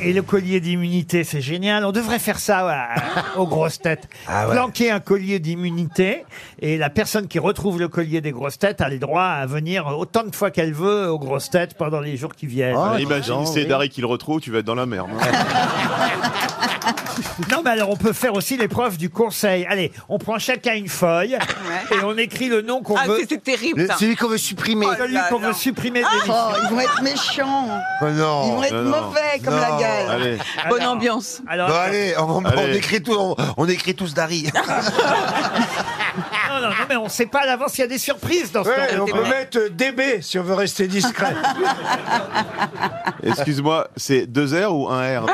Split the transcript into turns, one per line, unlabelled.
Et le collier d'immunité, c'est génial. On devrait faire ça à- aux grosses têtes.
Ah ouais.
Planquer un collier d'immunité et la personne qui retrouve le collier des grosses têtes a le droit à venir autant de fois qu'elle veut aux grosses têtes pendant les jours qui viennent.
Ah,
Imagine, c'est Dari qui le retrouve, tu vas être dans la merde. hein.
Non, mais alors on peut faire aussi l'épreuve du conseil. Allez, on prend chacun une feuille et on écrit le nom qu'on
Ah,
veut.
c'est- c'est terrible, Le- ça. celui
qu'on veut supprimer.
Oh
celui
là
qu'on
là.
veut supprimer.
Ah,
de l'émission.
oh, ils vont être méchants.
Bah non.
Ils vont être
Non, non.
mauvais comme la
Non.
gueule.
Allez.
Oh, Bonne
Alors,
ambiance.
alors,
Bon, allez, on, on
Allez.
écrit tout, on, on écrit tous Dari.
Non, non, non, mais on sait pas à l'avance, il y a des surprises dans ce
Ouais,
temps.
on peut mettre euh, DB si on veut rester discret.
Excuse-moi, c'est deux R ou un R